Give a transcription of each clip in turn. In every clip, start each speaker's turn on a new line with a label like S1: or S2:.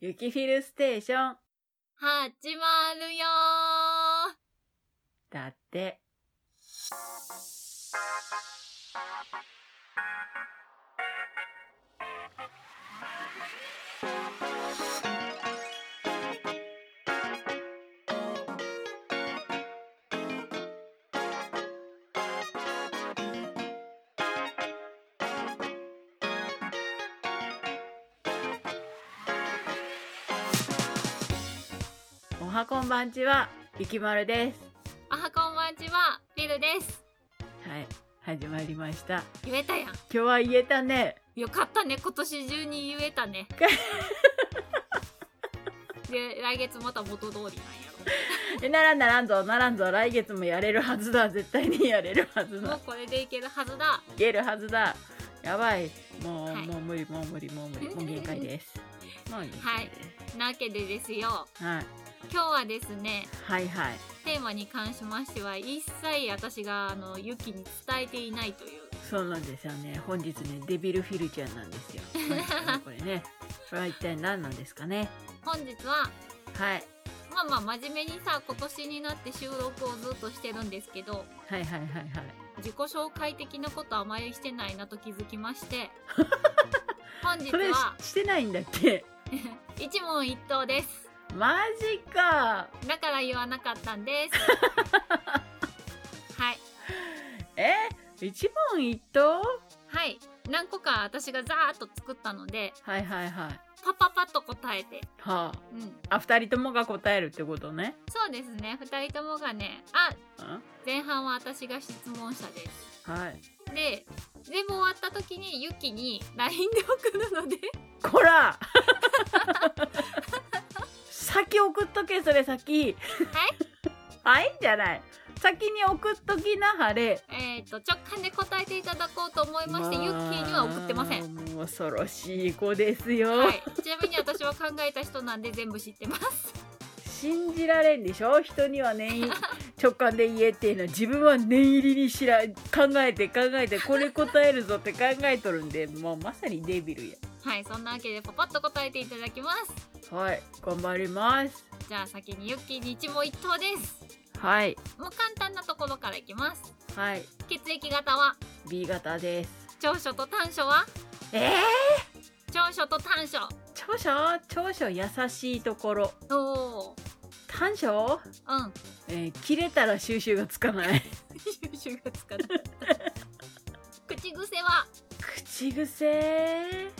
S1: ゆきフィルステーション。
S2: 始まるよ
S1: だって。おはこんばんちは、ゆきまるです。
S2: ーおはこんばんちは、リルです。
S1: はい、始まりました。
S2: 言えたや
S1: 今日は言えたね。
S2: ん。よかったね、今年中に言えたね。で、来月また元通りなんや
S1: えならんならんぞ、ならんぞ、来月もやれるはずだ、絶対にやれるはず
S2: ろ。も
S1: だ
S2: う、これでいけるはずだ。
S1: いけるはずだ。やばい、もう、
S2: はい
S1: もう無理、もう無理、もう無 理、もう限界です。もう限界です。
S2: なわけでですよ、
S1: はい、
S2: 今日はですね、
S1: はい、はい。
S2: テーマに関しましては、一切私が、あの、ユキに伝えていないという。
S1: そうなんですよね。本日ね、デビルフィルちゃんなんですよ。 なんですかねこれね、これは一体何なんですかね。
S2: 本日は、
S1: はい、
S2: まあまあ真面目にさ、今年になって収録をずっとしてるんですけど、
S1: はい、はい、はい、はい。
S2: 自己紹介的なことあまりしてないなと気づきまして本日
S1: それし
S2: は
S1: してないんだっけ。
S2: 一問一答です
S1: マジか。
S2: だから言わなかったんですはい
S1: え、一問一答。
S2: はい何個か私がザーッと作ったので
S1: はい、はい、はい。
S2: パパパッと答えて
S1: はあ。
S2: うん
S1: あ、二人ともが答えるってことね。
S2: そうですね2人ともがねあ
S1: うん
S2: 前半は私が質問者です
S1: はい。
S2: で全部終わった時にユキに LINE で送るので
S1: こら先送っとけ、それ先。はいじゃない。先に送っときなはれ。
S2: えっと直感で答えていただこうと思いまして、ユッキーには送ってません
S1: ん。もう恐ろしい子ですよ。
S2: はい、ちなみに私は考えた人なんで全部知ってます。
S1: 信じられんでしょ人には念 入り直感で言えっていうのは自分は念入りにしら考えて考えてこれ答えるぞって考えとるんでもうまさにデビルや
S2: はい、そんなわけでパパッと答えていただきます。
S1: はい頑張ります
S2: じゃあ先にユッキーに一問一答です。
S1: はい
S2: もう簡単なところからいきます。
S1: はい
S2: 血液型は
S1: B 型です
S2: 長所と短所は
S1: えー、
S2: 長所と短所。
S1: 長所長所優しいところ
S2: おー。
S1: 短所、
S2: うん。
S1: えー切れたら収集がつかない
S2: 収集がつかない。口癖は
S1: 口癖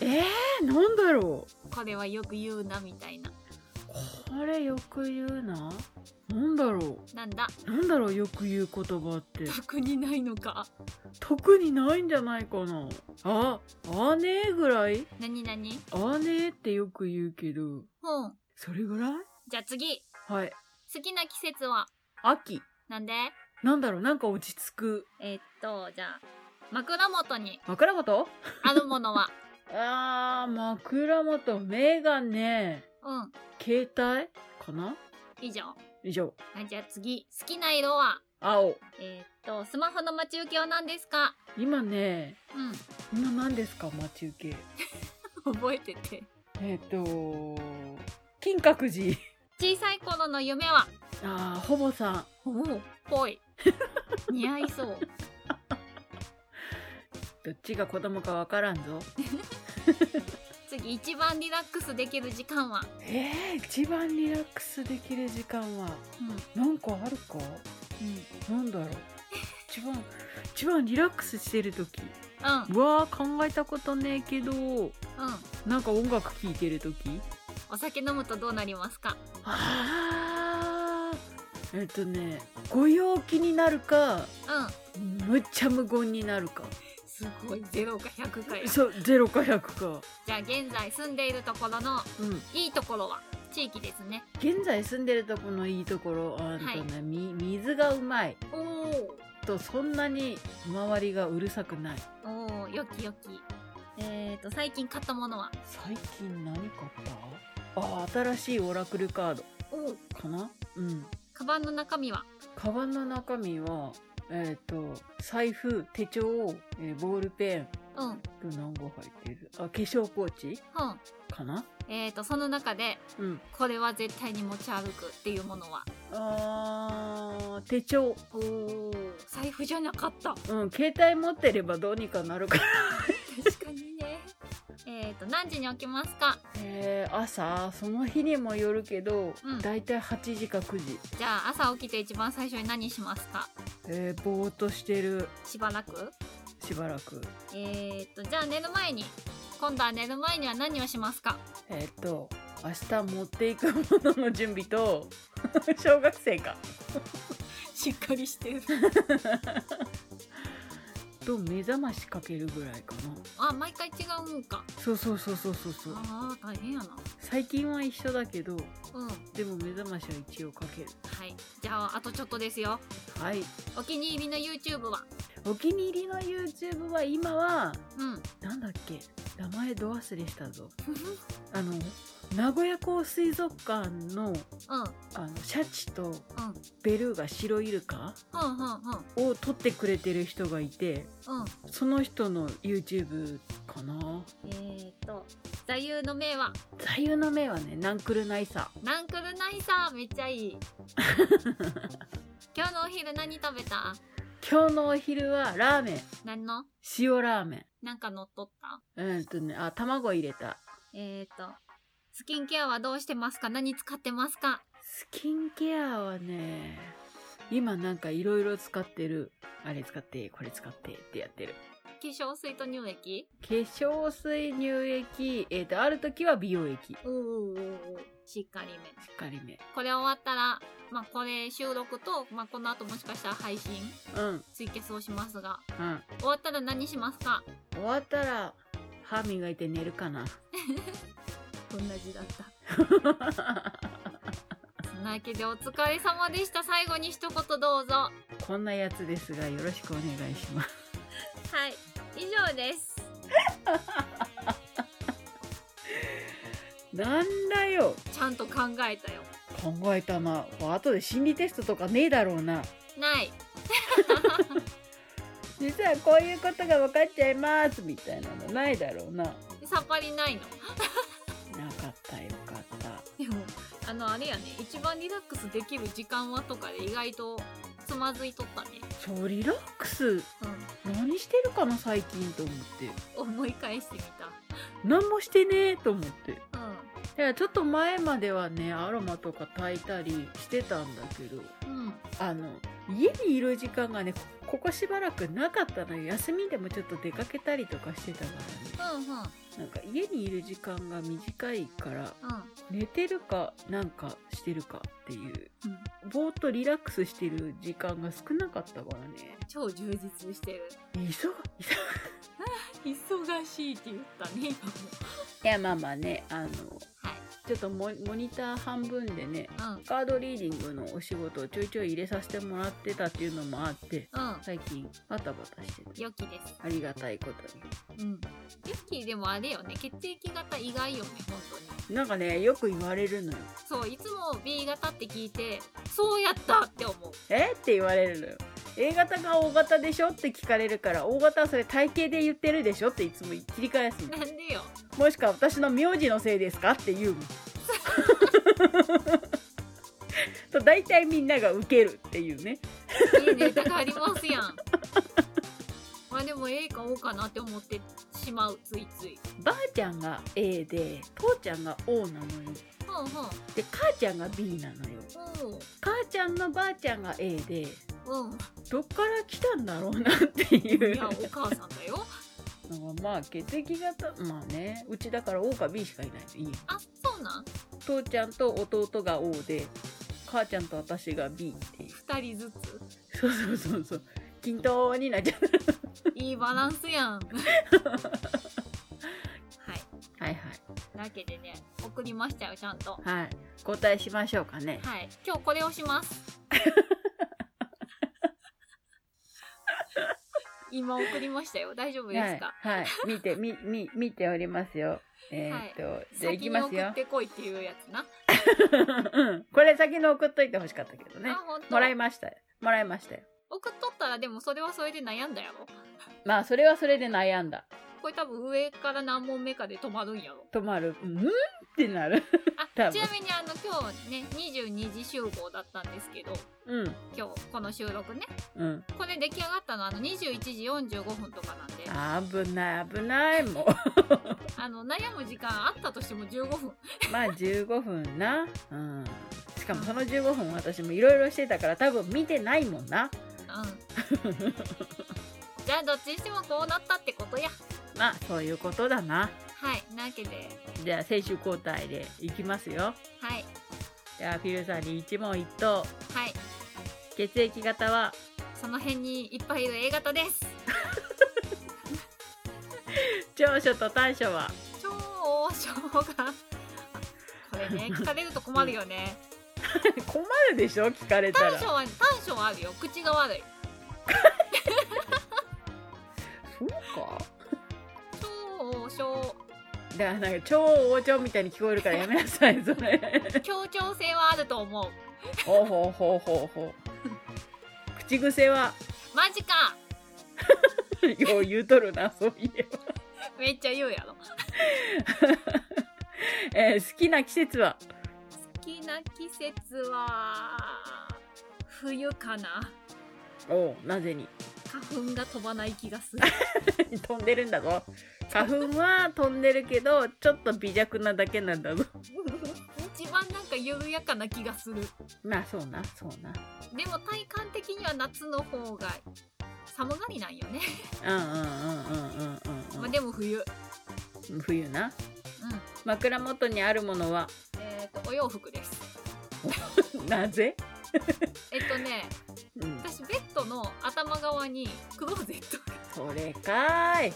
S1: えー、なんだろう
S2: これはよく言うなみたいな。
S1: これよく言うななんだろ
S2: なんだ
S1: うなんだろうよく言う言葉って
S2: 特にないのか。
S1: 特にないんじゃないかなああーねーぐらい
S2: なになに
S1: あーねーってよく言うけど
S2: ほん。
S1: それぐらい
S2: じゃあ次。
S1: はい
S2: 好きな季節は
S1: 秋
S2: なんで
S1: なんだろうなんか落ち着く
S2: えっと、じゃあ、枕元に
S1: 枕元
S2: あるものは、
S1: あー、枕元、メガネ、
S2: うん、
S1: 携帯かな
S2: 以上。
S1: 以上。
S2: あじゃあ次、好きな色は、
S1: 青。
S2: えっと、スマホの待ち受けは何ですか
S1: 今ね、
S2: うん、
S1: 今何ですか待ち受け。
S2: 覚えてて。
S1: えっ、と金閣寺。
S2: 小さい頃の夢は、
S1: あー、ほぼさん。
S2: おお、ぽい。 似合いそう。
S1: どっちが子供かわからんぞ。
S2: 次、一番リラックスできる時間は、
S1: えー、一番リラックスできる時間は、
S2: うん、うん、
S1: なんかあるかなんだろう。一番、一番リラックスしてる時。
S2: うん、
S1: うわー、考えたことねえけど、
S2: うん。
S1: なんか音楽聴いてる時
S2: お酒飲むとどうなりますか
S1: あーえっとねご陽気になるか
S2: うん、
S1: むっちゃ無言になるか
S2: すごい、0か100かよ。 じ
S1: そうゼロか100か
S2: ゃあ、現在住んでいるところの、
S1: うん
S2: いいところは、地域ですね。
S1: 現在住んでるとこのいいところあーえっとね、み水がうまい
S2: おお。
S1: とそんなに周りがうるさくない
S2: おお、よきよき。えっ、と、最近買ったものは。
S1: 最近何買ったあー新しいオラクルカード
S2: おお。
S1: かなうん
S2: カバンの中身は。
S1: カバンの中身はえっ、と財布手帳、えーボールペン
S2: うん。うん。
S1: 今日何個入ってるあ化粧ポーチかな
S2: えっ、と、その中で、
S1: うん
S2: これは絶対に持ち歩くっていうものは。
S1: あー手帳
S2: おお。財布じゃなかった。
S1: うん携帯持ってればどうにかなるから
S2: 確かにね。 えっと、何時に起きますか
S1: えー朝その日にもよるけど、
S2: うん
S1: だいたい8時か9時
S2: じゃあ、朝起きて一番最初に何しますか
S1: えー、ぼーっとしてる
S2: しばらく
S1: しばらく
S2: えっ、と、じゃあ寝る前に。今度は寝る前には何をしますか
S1: えーっと明日持っていくものの準備と 小学生 か
S2: しっかりしてる。
S1: と目覚ましかけるぐらいかな
S2: あ、毎回違うんか。
S1: そうそうそうそうそうそう
S2: ああ、大変やな。
S1: 最近は一緒だけど
S2: うん。は
S1: でも目覚ましは一応かける
S2: い。じゃあ、あとちょっとですよ。
S1: はい
S2: お気に入りの YouTube は
S1: お気に入りの YouTube は今は
S2: うん。
S1: なんだっけ名前ど忘れしたぞあの名古屋港水族館の
S2: うん。
S1: あのシャチと
S2: うん
S1: ベルーガ白イルカ
S2: うんうんうん
S1: を撮ってくれてる人がいて
S2: うん。
S1: その人の YouTube かな
S2: えー、と、座右の銘は、
S1: 座右の銘はねナンクルナイサ
S2: ナンクルナイサーめっちゃい い。今日のお昼何食べた
S1: 今日のお昼はラーメン
S2: 何の
S1: 塩ラーメン
S2: なんか乗っとった
S1: うんとねあ卵入れた
S2: えー、と、スキンケアはどうしてますか何使ってますか
S1: スキンケアはね今なんかいろいろ使ってるあれ使ってこれ使ってってやってる
S2: 化粧水と乳液
S1: 化粧水乳液、えー、とある時は美容液し
S2: おーおーおーしっかりめ。
S1: っかりめ
S2: これ終わったら、まあ、これ収録と、まあ、この後もしかしたら配信、
S1: うんうん
S2: ツイキャスをしますが、終わったら何しますか
S1: 終わったら歯磨いて寝るかな
S2: 同じだった。そんなわけでお疲れ様でした。最後に一言どうぞ。は
S1: こんなやつですがよろしくお願いします
S2: い。以上です。
S1: なんだよ
S2: ちゃんと考えたよ。
S1: 考えたなあとで心理テストとかねえだろうな
S2: ない。
S1: 実はこういうことが分かっちゃいますみたいなのないだろうなな
S2: さっぱりないの。
S1: かったよかった
S2: でも、あの、あれやね、一番リラックスできる時間はとかで意外とつまずいとったね。
S1: そうリラックス何してるかな最近と思って
S2: うん。思い返してみ
S1: 何もしてねえと思って
S2: た。うん。
S1: いやちょっと前まではねアロマとか炊いたりしてたんだけど
S2: うん。
S1: あの家にいる時間がねこここしばらくなかったのよ休みでもちょっと出かけたりとかしてたからね
S2: うんうん。うん。
S1: なんか家にいる時間が短いから寝てるかなんかしてるかっていうぼーっとリラックスしてる時間が少なかったからね
S2: 超充実してる。
S1: 忙し
S2: 忙しいって言ったね、今も。
S1: いやまあまあねあの
S2: はい。
S1: ちょっとモモニター半分でね
S2: うん。
S1: カードリーディングのお仕事をちょいちょい入れさせてもらってたっていうのもあって
S2: うん。
S1: 最近バタバタしてて
S2: 良きです。
S1: ありがたいこと
S2: うん。ユッキーでもあれよね、血液型意外よね、本当に。
S1: になんかねよく言われるのよ
S2: そう、いつも B 型って聞いて、そうやったって思う。
S1: えって言われるのよ A 型が O 型でしょって聞かれるから O 型はそれ体型で言ってるでしょっていつも切り返すの
S2: なんでよ。
S1: もしくは私の名字のせいですかって言うも ん と大体みんながウケるっていうね
S2: いいネタがあります やん。まあでも A か O かなって思ってしまう、ついつい。
S1: ばあちゃんが A で父ちゃんが O なのよ
S2: ほうんほ
S1: で母ちゃんが B なのよ
S2: う。
S1: 母ちゃんのばあちゃんが A で
S2: おう。
S1: どっから来たんだろうなって
S2: う
S1: い
S2: ん。
S1: う
S2: いや、お母さんだよ。
S1: のがまあ血液型まあねうちだから O か B しかいないのいい
S2: あ、そうなん
S1: 父ちゃんと弟が O で母ちゃんと私が B っていう
S2: 二人ずつ。
S1: そうそうそうそう均等になっちゃ
S2: いいバランス やん。はい。
S1: うはい
S2: だけでね、送りましたよ、ちゃんと。
S1: はいはい交代しましょうかね
S2: はい。今日これを します。今送りましたよ。大丈夫ですか、
S1: はい、はい、見てみみ見ておりますよえーっと、じゃあ行
S2: 先
S1: き
S2: に
S1: ます
S2: 送
S1: よ
S2: ってこいっていうやつな。
S1: うんこれ先に送っといてほしかったけどね
S2: あ、ほんと
S1: もらいましたよもらいましたよ
S2: 送っとったらでもそれはそれで悩んだやろ
S1: まあそれはそれで悩んだ
S2: これ多分上から何問目かで止まるんやろ
S1: 止まるうんってなる多
S2: あ
S1: 分
S2: ちなみにあの今日ね22時集合だったんですけど
S1: うん
S2: 今日この収録ね
S1: うん
S2: これ出来上がったのあの21時45分とかなんであ
S1: あ危ない危ない もう
S2: の悩む時間あったとしても15分
S1: まあ15分なうんしかもその15分私もいろいろしてたから多分見てないもんな
S2: うんじゃあどっちにしてもこうなったってことや
S1: まあそういうことだな
S2: はいなわけで
S1: じゃあ選手交代でいきますよ
S2: はい
S1: じゃあフィルさんに一問一答
S2: はい
S1: 血液型は
S2: その辺にいっぱいいる A 型です
S1: 長所と短所 は
S2: 超小 があこれね聞かれると困るよね
S1: 困るでしょ聞かれた
S2: 短
S1: ら
S2: 所は短所はあるよ口が悪い
S1: そうか
S2: 超小
S1: だからなんか超王朝みたいに聞こえるからやめなさいそれ
S2: 協調性はあると思う
S1: ほうほうほうほうほう口癖 は
S2: マジか
S1: よう言うとるなそういえば、
S2: めっちゃ言うやろ好
S1: えー好きな季節は
S2: きな季節は冬かな
S1: おうなぜに
S2: 花粉が飛ばない気がする
S1: 飛んでるんだぞ花粉は飛んでるけどちょっと微弱なだけなんだぞ
S2: 一番なんか緩やかな気がする
S1: まあそうなそうな
S2: でも体感的には夏の方が寒がりなんよね、
S1: うんうんうんうんうんうん
S2: まあでも冬うん
S1: うん冬な枕元にあるものは
S2: えっ、とお洋服です
S1: なぜ、
S2: えっとね
S1: うん、
S2: 私ベッドの頭側にクローゼットが
S1: それかーい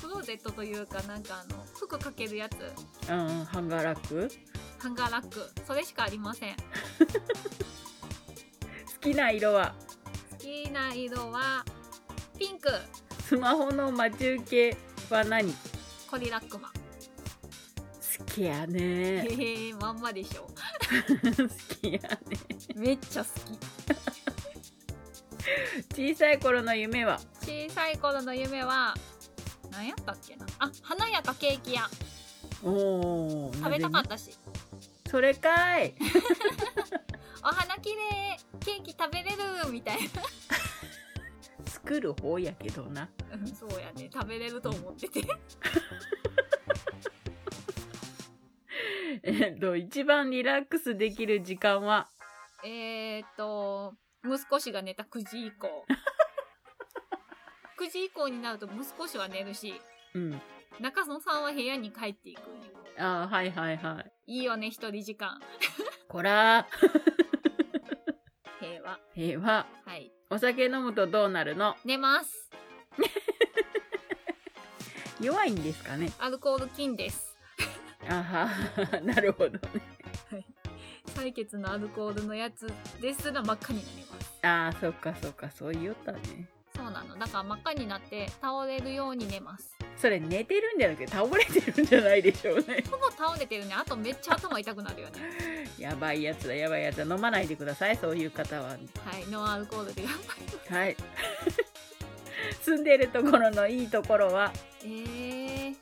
S2: クローゼットというかなんかあの服かけるやつ
S1: うんうんハンガーラック
S2: ハンガーラックそれしかありません
S1: 好きな色は
S2: 好きな色はピンク
S1: スマホの待ち受けは何好
S2: コリラックマン
S1: きやね
S2: へえまんまでしょ
S1: 好きやね
S2: めっちゃ好
S1: 小さい頃の夢は
S2: き小さい頃の夢は何やったっけなあ花屋かケーキ屋
S1: おお
S2: 食べたかったし
S1: それかーい
S2: お花きれいケーキ食べれるみたい
S1: 作る方やけどな
S2: なうん そうやね食べれると思ってて
S1: えっと一番リラックスできる時間は
S2: えーっと息子氏が寝た9時以降9時以降になると息子氏は寝るし
S1: うん
S2: 中園さんは部屋に帰っていくんよ
S1: あーはいはいはい
S2: いいよね一人時間
S1: こらー
S2: 平和
S1: 平和
S2: はい
S1: お酒飲むとどうなるの
S2: 寝ます
S1: 弱いんですかね
S2: アルコール菌です
S1: あはなるほどね
S2: 採血のアルコールのやつですら真っ赤になります
S1: あーそっかそっかそう言おったね
S2: そうなのだから真っ赤になって倒れるように寝ます
S1: それ寝てるんじゃなくて倒れてるんじゃないでしょうね
S2: ほぼ倒れてるねあとめっちゃ頭痛くなるよね
S1: やばいやつだやばいやつだ飲まないでくださいそういう方は
S2: はいノンアルコールで頑張ります
S1: はい 住んでるところのいいところは
S2: えー、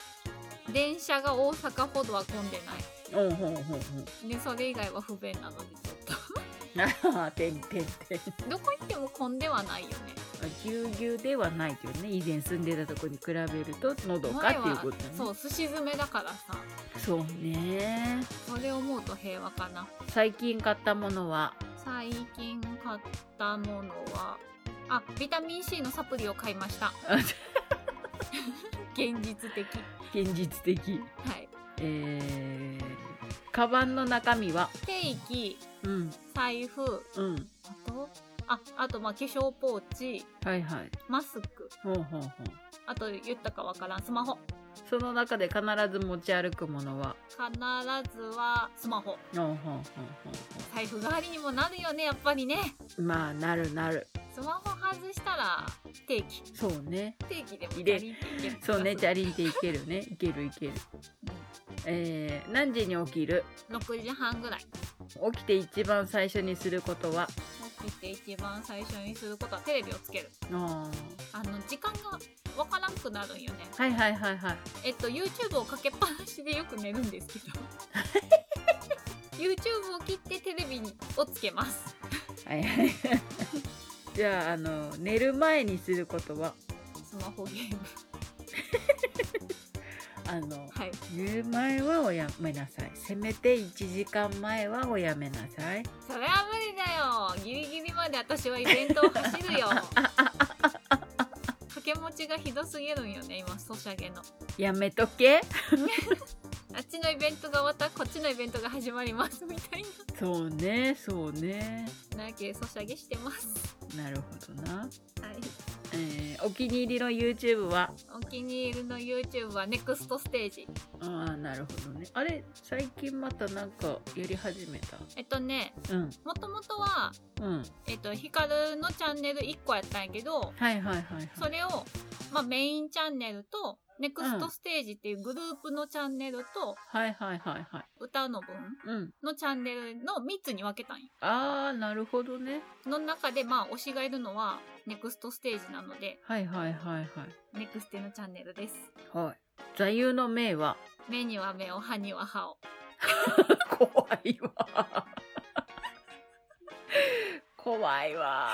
S2: 電車が大阪ほどは混んでな
S1: うんほんほんほん
S2: いでそれ以外は不便なのでちょっ
S1: ああてんてんてん
S2: とどこ行っても混んではないよね
S1: ぎゅうぎゅうではないというね以前住んでたとこに比べるとのどかっ
S2: 前
S1: ていう
S2: は
S1: ことね
S2: そうすし詰めだからさ
S1: そうね
S2: それ思うと平和かな
S1: 最近買ったものは
S2: 最近買ったものはあビタミン C のサプリを買い ました
S1: あ
S2: 現実的
S1: 現実的
S2: はい
S1: えー、カバンの中身は
S2: 定期
S1: うん
S2: 財布
S1: うん
S2: あとああとまあ化粧ポーチ
S1: はいはい
S2: マスク
S1: ほうほうほう
S2: あと言ったかわからんスマホ
S1: その中で必ず持ち歩くものは
S2: 必ずはスマホ
S1: ほうほうほうほ
S2: 財布代わりにもなるよねやっぱりね
S1: うまあなるなる
S2: スマホ外したら定期
S1: そうね
S2: 定期でも
S1: 入れ
S2: チャリンっていける
S1: そうねチ
S2: じゃ
S1: ャリンっていけるねいけるいけるえー、何時に起きる
S2: 6時半ぐらい
S1: 起きて一番最初にすることは
S2: 起きて一番最初にすることはテレビをつける
S1: あ
S2: あの時間がわからんくなるんよね
S1: ーはいはいはいはい
S2: えっと YouTube をかけっぱなしでよく寝るんですけど YouTube を切ってテレビをつけます
S1: はいはいじゃああの寝る前にすることは
S2: スマホゲーム
S1: あの
S2: はい
S1: 寝る前はおやめなさいせめて1時間前はおやめなさい
S2: それは無理だよギリギリまで私はイベントを走るよ 掛け持ちがひどすぎるんよね今ソシャゲの
S1: やめとけ
S2: あっちのイベントが終わったらこっちのイベントが始まりますみたい
S1: そうねそうね
S2: ななわけでソシャゲしてます
S1: なるほどな、
S2: はい
S1: えーお気に入りの YouTube は
S2: お気に入りの YouTube はネクストステージ
S1: ああなるほどねあれ最近またなんかやり始めた
S2: えっとね
S1: うん
S2: もともとは
S1: うん
S2: えっとヒカルのチャンネル1個やったんやけど
S1: はいはいはいはい
S2: それを、まあ、メインチャンネルとネクストステージっていうグループのチャンネルと
S1: はいはいはいはい
S2: 歌の分
S1: うん
S2: のチャンネルの3つに分けたんよ
S1: ああなるほどね
S2: の中でまあ推しがいるのはネクストステージなので
S1: はいはいはいはい
S2: ネクステのチャンネルです
S1: はい座右の銘は
S2: 目には目を歯には歯を
S1: 怖い わ怖いわ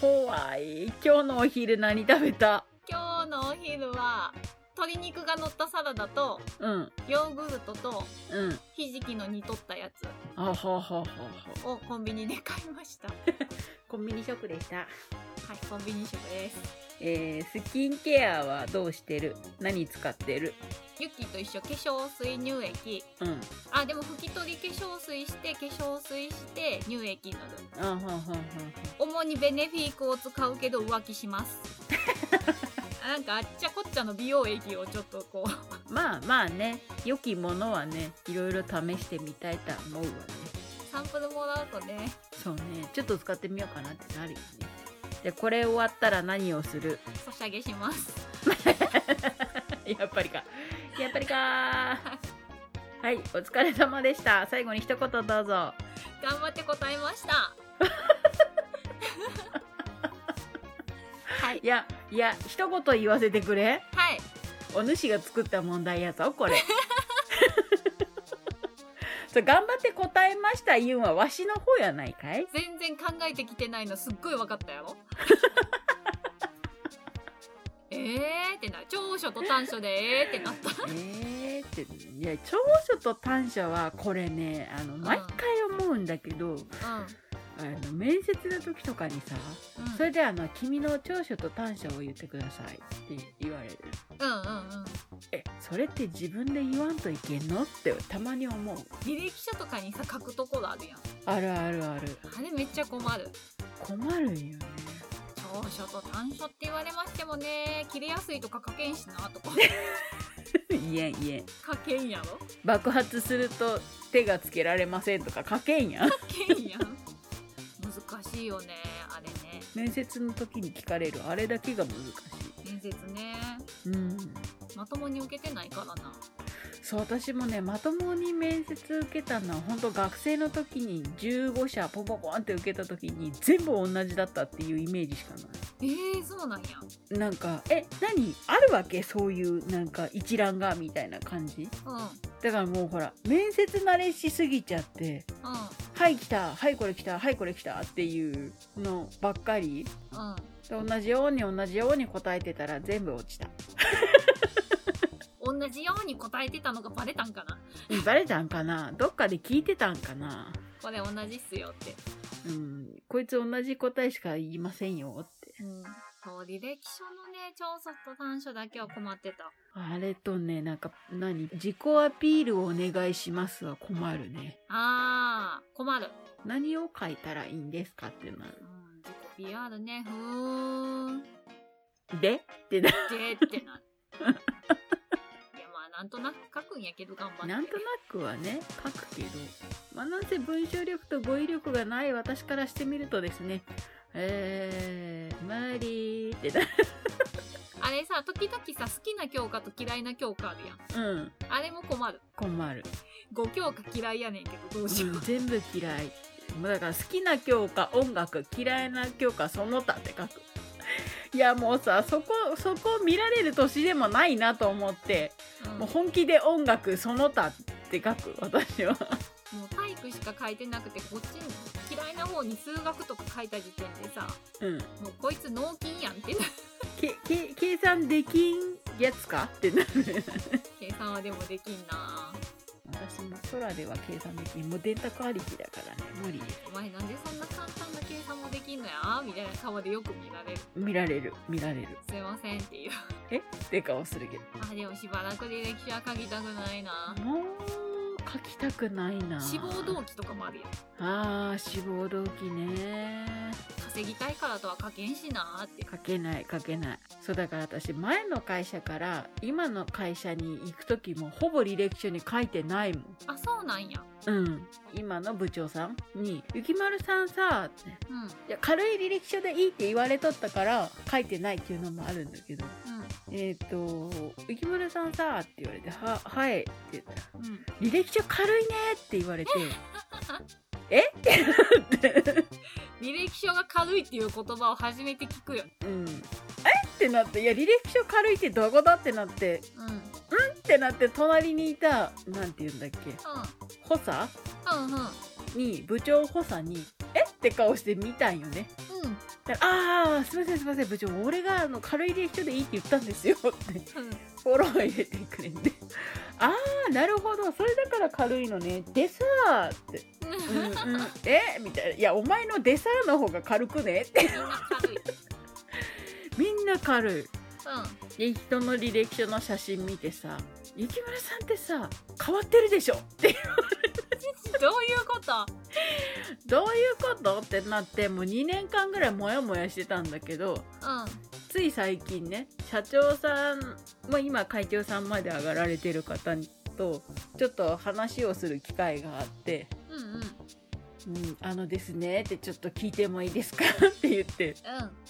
S1: 怖い今日のお昼何食べた
S2: 今日のお昼は鶏肉が乗ったサラダと
S1: うん
S2: ヨーグルトと
S1: うん
S2: ひじきの煮とったやつ
S1: あははははは
S2: をコンビニで買いましたは
S1: コンビニ食でした
S2: いコンビニ食です
S1: えー、スキンケアはどうしてる何使ってる
S2: ユッキーと一緒化粧水乳液
S1: うん
S2: あでも拭き取り化粧水して化粧水して乳液塗る
S1: あはははは
S2: 主にベネフィークを使うけど浮気しますなんかあっちゃこっちゃの美容液をちょっとこう
S1: まあまあね良きものはねいろいろ試してみたいとは思うわね
S2: サンプルもらうとね
S1: そうねちょっと使ってみようかなってなるよねでこれ終わったら何をする
S2: 差し上げします
S1: やっぱりかやっぱりかはいお疲れ様でした最後に一言どうぞ
S2: 頑張って答えましたはい
S1: いやいや一言言わせてくれ
S2: はい
S1: お主が作った問題やぞ これそう頑張って答えました言うんはわしの方やないかい
S2: 全然考えてきてないのすっごい分かった やろえーってな長所と短所でえーってなった
S1: えーっていや長所と短所はこれねあの毎回思うんだけど、あの面接の時とかにさ、
S2: うん、うん、
S1: それであの「君の長所と短所を言ってください」って言われる
S2: うんうんうん
S1: えそれって自分で言わんといけんのってたまに思う
S2: 履歴書とかにさ書くところあるやん
S1: あるあるある
S2: あれめっちゃ困る
S1: 困るんよね
S2: 長所と短所って言われましてもね切れやすいとか書けんしな とか
S1: 言えん言えん
S2: 書けんやろ
S1: 爆発すると手がつけられませんとか書けんやん
S2: 書けんやん難しいよねあれね
S1: 面接の時に聞かれるあれだけが難し
S2: 面接ね
S1: いうん
S2: まともに受けてないからな
S1: そう私もねまともに面接受けたのは本当学生の時に15社ポンポンポンって受けた時に全部同じだったっていうイメージしかな
S2: えー、そうなんや
S1: いなんかえ何あるわけそういうなんか一覧がみたいな感じ
S2: うんうん
S1: だからもうほら面接慣れしすぎちゃってはい来たはいこれ来たはいこれ来たっていうのばっかり
S2: うん
S1: で同じように同じように答えてたら全部落ちた
S2: 同じように答えてたのがバレたんかな
S1: バレたんかなどっかで聞いてたんかな
S2: これ同じっすよって、
S1: うんこいつ同じ答えしか言いませんよって
S2: うん、そう履歴書のね長所と短所だけは困ってた
S1: あれとねなんか何自己アピールをお願いしますは困るね
S2: あー困る、
S1: 何を書いたらいいんですかってな
S2: う
S1: る
S2: ん、自己 PR ねふーん
S1: でってな
S2: でって なるいやまあなんとなく書くんやけど頑張って
S1: なんとなくはね書くけどまあなんせ文章力と語彙力がない私からしてみるとですねえー、無理ってな
S2: あれさ時々さ好きな教科と嫌いな教科あるやん
S1: うん
S2: あれも困る
S1: 困る
S2: 5教科嫌いやねんけどどうしよう、
S1: 全部嫌いもうだから好きな教科音楽嫌いな教科その他って書く いやもうさそこそこ見られる年でもないなと思って
S2: うん
S1: もう本気で音楽その他って書く私は
S2: もう体育しか書いてなくてこっちに嫌いな方に数学とか書いた時点でさ
S1: うん
S2: もうこいつ脳筋やんってな
S1: けけ計算できんやつかってなる
S2: 計算はでもできんな
S1: 私も空では計算できんもう電卓ありきだからね無理
S2: お前なんでそんな簡単な計算もできんのやみたいな顔でよく見られる
S1: 見られる見られる
S2: すいませんっていう
S1: えって顔するけど
S2: あでもしばらく履歴書は書きたくないな
S1: もう書きたくないな
S2: 志望動機とかもあるやん
S1: あー志望動機ね
S2: 稼ぎたいからとは書けんしなーって
S1: 書けない書けないそうだから私前の会社から今の会社に行く時もほぼ履歴書に書いてないもん
S2: あそうなんや
S1: うん今の部長さんに「ゆきまるさんさ」って
S2: うんうん
S1: いや軽い履歴書でいいって言われとったから書いてないっていうのもあるんだけどえっ、と「浮村さんさ」って言われて「ははい」って言ったら
S2: うん
S1: 「履歴書軽いね」って言われ て「えってなって
S2: 履歴書が軽いっていう言葉を初めて聞くよ
S1: うんえってなって「いや履歴書軽いってどこだ?」ってなって
S2: うんうん
S1: ってなって隣にいたなんて言うんだっけ補佐
S2: うんうん
S1: に部長補佐に「えっ?」て顔して見たんよね。
S2: うん
S1: だからああすいませんすいません部長俺があの軽い履歴書でいいって言ったんですよって。
S2: うん
S1: フォロー入れてくれて「ああなるほどそれだから軽いのねでさ」って「うんうん、えみたいな「いやお前のでさ」の方が軽くねって
S2: みんな軽い。
S1: みんな軽い
S2: うん。
S1: で人の履歴書の写真見てさ「雪村さんってさ変わってるでしょ」って
S2: どういうこと？
S1: 「どういうこと?」ってなってもう2年間ぐらいモヤモヤしてたんだけど
S2: うん。
S1: つい最近ね社長さん、まあ、今会長さんまで上がられてる方とちょっと話をする機会があって。
S2: うんうん。うん。
S1: うん、あのですねってちょっと聞いてもいいですかって言って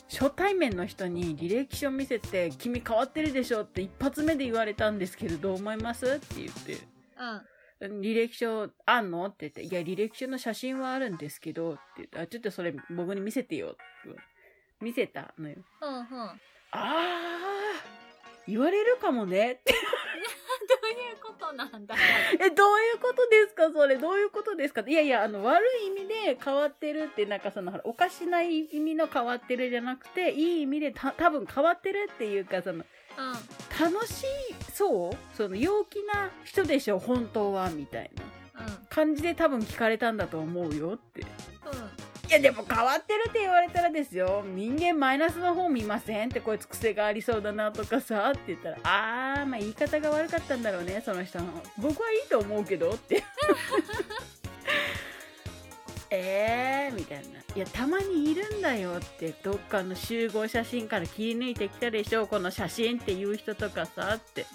S1: 初対面の人に履歴書見せて「君変わってるでしょ」って一発目で言われたんですけどどう思いますって言って
S2: うん。
S1: 「うん履歴書あんの?」って言って「いや履歴書の写真はあるんですけど」って言ってあ「ちょっとそれ僕に見せてよ」って言われ見せたのよ。
S2: うんうん。どういう
S1: あー言われるかもね って。
S2: ことなんだ。
S1: え、どういうことですかそれ。どういうことですかいやいや、あの、悪い意味で変わってるって、なんかその、ほらおかしない意味の変わってるじゃなくて、いい意味でた、多分変わってるっていうか、その、
S2: うん。
S1: 楽しそうその、陽気な人でしょ本当は、みたいな
S2: う
S1: 感じで多分聞かれたんだと思うよって。い
S2: ん。うん。
S1: や、でも変わってるって言われたらですよ、人間マイナスの方見ませんって、こいつ癖がありそうだなとかさ、って言ったら、あー、まあ言い方が悪かったんだろうね、その人の。僕はいいと思うけど、って。 えー、みたいな「いやたまにいるんだよ」ってどっかの集合写真から切り抜いてきたでしょこの写真っていう人とかさって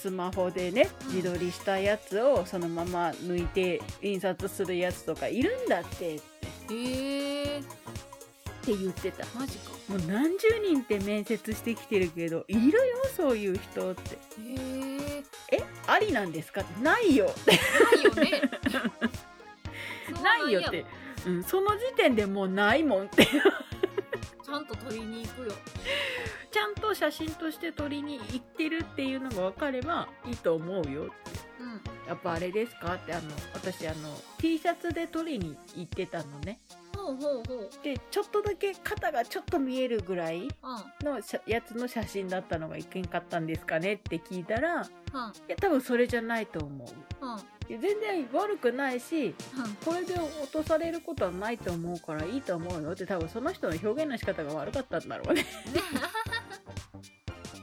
S1: スマホでね
S2: うん
S1: 自撮りしたやつをそのまま抜いて印刷するやつとかいるんだってって
S2: へえ。
S1: って言ってた
S2: マジか。
S1: もう何十人って面接してきてるけどいるよそういう人って
S2: へえ。
S1: えありなんですかないよ
S2: ない よね。そう
S1: ないよ
S2: んや
S1: って、うん、その時点でもうないもんって
S2: ちゃんと取りに行くよ。
S1: ちゃんと写真として撮りに行ってるっていうのが分かればいいと思うよ
S2: うん。
S1: やっぱあれですかってあの私あの T シャツで撮りに行ってたのね
S2: ほうほうほう。
S1: でちょっとだけ肩がちょっと見えるぐらい
S2: うん。うん。
S1: のしゃやつの写真だったのがいけんかったんですかねって聞いたらいや多分それじゃないと思う
S2: うん。
S1: いや全然悪くないし
S2: うん。
S1: これで落とされることはないと思うからいいと思うよって多分その人の表現の仕方が悪かったんだろうね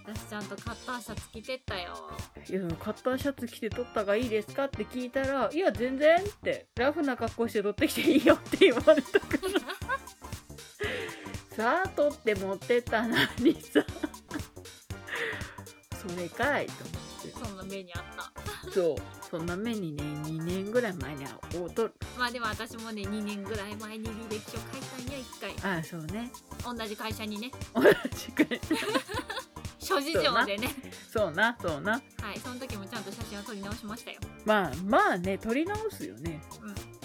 S2: 私ちゃんとカッターシャツ着てったよ。
S1: いやカッターシャツ着て撮ったがいいですかって聞いたらいや全然ってラフな格好して撮ってきていいよって言われたから さあ撮って持ってったのにさ それかいと思って
S2: そんな目にあった。
S1: そうそんな目にね2年ぐらい前におと
S2: まあでも私もね2年ぐらい前に履歴書書いたんや
S1: あそうね
S2: 1回同じ会社にね
S1: 同じくらい
S2: 諸事情でね
S1: そうなそうな
S2: はいその時もちゃんと写真を撮り直しましたよ
S1: まあまあね撮り直すよね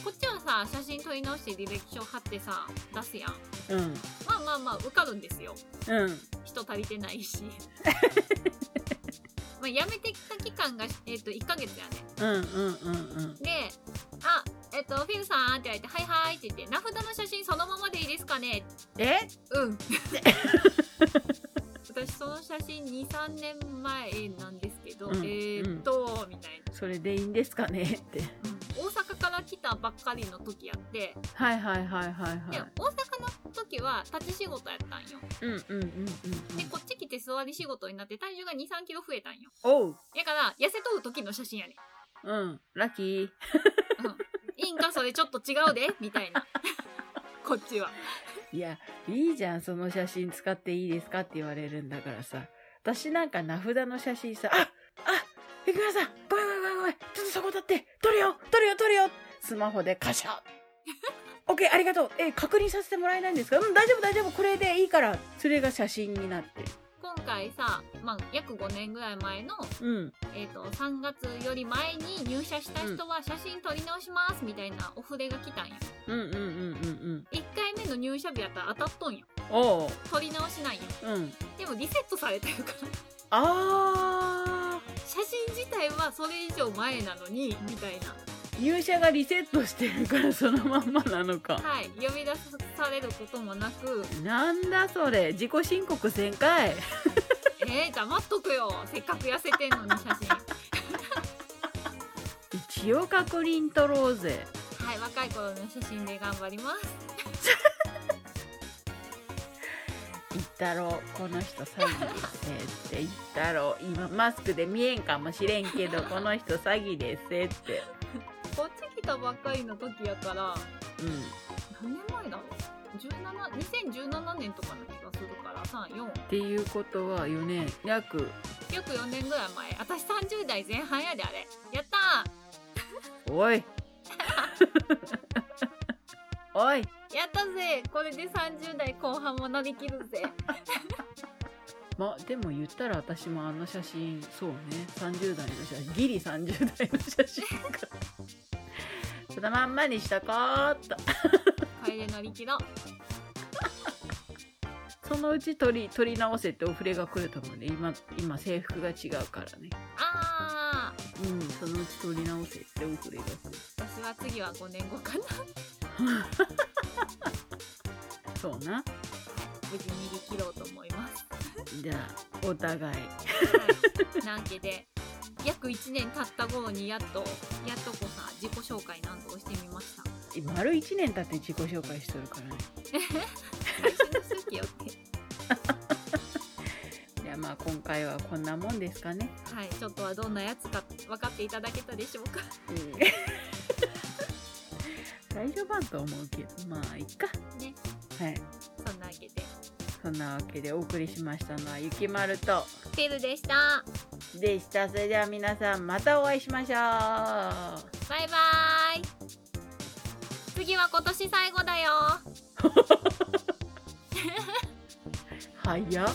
S2: こっちはささ写真撮り直して履歴書貼ってさ出すやん
S1: うん
S2: まあまあまあ受かるんですよ
S1: うん
S2: 人足りてな いしまあ辞めてきた期間が、えっと1ヶ月やね
S1: うんうんうん
S2: で「あえっとフィルさん」って言われて「はいはい」って言って「名札の写真そのままでいいですかね?
S1: え」
S2: うん 私その写真23年前なんですけど、
S1: うん
S2: えーっと、みたいな、
S1: それでいいんですかねって
S2: うん大阪から来たばっかりの時やって、
S1: はいはいはいはい
S2: で
S1: はい
S2: 大阪の時は立ち仕事やったんよ
S1: うんうんうんうんうん
S2: でこっち来て座り仕事になって体重が2 3キロ増えたんよ
S1: おう
S2: やから痩せとる時の写真やね
S1: うんラッキー
S2: いいんかそれちょっと違うでみたいな こっちはい
S1: やいいじゃんその写真使っていいですかって言われるんだからさ私なんか名札の写真さああいくらさんごめんごめんごめんごめんちょっとそこ立って撮るよ撮るよ撮るよスマホでカシャオッケーありがとうえ確認させてもらえないんですかうん大丈夫大丈夫これでいいからそれが写真になって
S2: 今回さ、まあ、約5年ぐらい前の、
S1: うん
S2: えー、と3月より前に入社した人は写真撮り直しますみたいなお触れが来たんよ
S1: うんうんうんうん
S2: 1回目の入社日やったら当たっとんよ
S1: うんおう
S2: 撮り直しなんよ
S1: うん
S2: でもリセットされてるから
S1: あ
S2: 写真自体はそれ以上前なのにみたいな
S1: ー入社がリセットしてるからそのまんまなのか
S2: はい呼び出されることもなく
S1: なんだそれ自己申告全開
S2: えー、黙っとくよせっかく痩せてんのに写真
S1: 一応確認取ろうぜ
S2: はい若い頃の写真で頑張ります
S1: 言ったろうこの人詐欺ですって言ったろう今マスクで見えんかもしれんけ どこの人詐欺ですって
S2: こっち来たばっかりの時やから
S1: うん
S2: 何年前だろう17 2017年とかの気がするから34
S1: っていうことは4年約
S2: 約4年ぐらい前私30代前半やであれやった
S1: お いおい
S2: ーやったぜこれで30代後半も乗り切るぜ
S1: まあでも言ったら私もあの写真そうね30代の写真ギリ30代の写真か そのまんまにしとこうっと
S2: これで乗り切ろう
S1: そのうち取り取り直せってお触れが来ると思うね今今制服が違うからね
S2: あー
S1: うんそのうち取り直せってお触れが来
S2: 私は次は5年後かな
S1: るそうな
S2: 無事逃げ切ろうと思います、
S1: じゃあお互い
S2: はい、なわけで約1年経った頃にやっとやっとこさ自己紹介なんとしてみました
S1: 丸1年経って自己紹介しとるからね
S2: 最初の好きよって
S1: じゃあまあ今回はこんなもんですかね
S2: はい、ちょっとはどんなやつか分かっていただけたでしょうか。
S1: うん 大丈夫だと思うけどまあいっか
S2: ね、
S1: はい
S2: そんなわけで、
S1: そんなわけでお送りしましたのはゆきまると
S2: フィルでした。
S1: でしたそれでは皆さんまたお会いしましょう
S2: バイバーイ。次は今年最後だよ。
S1: 早っ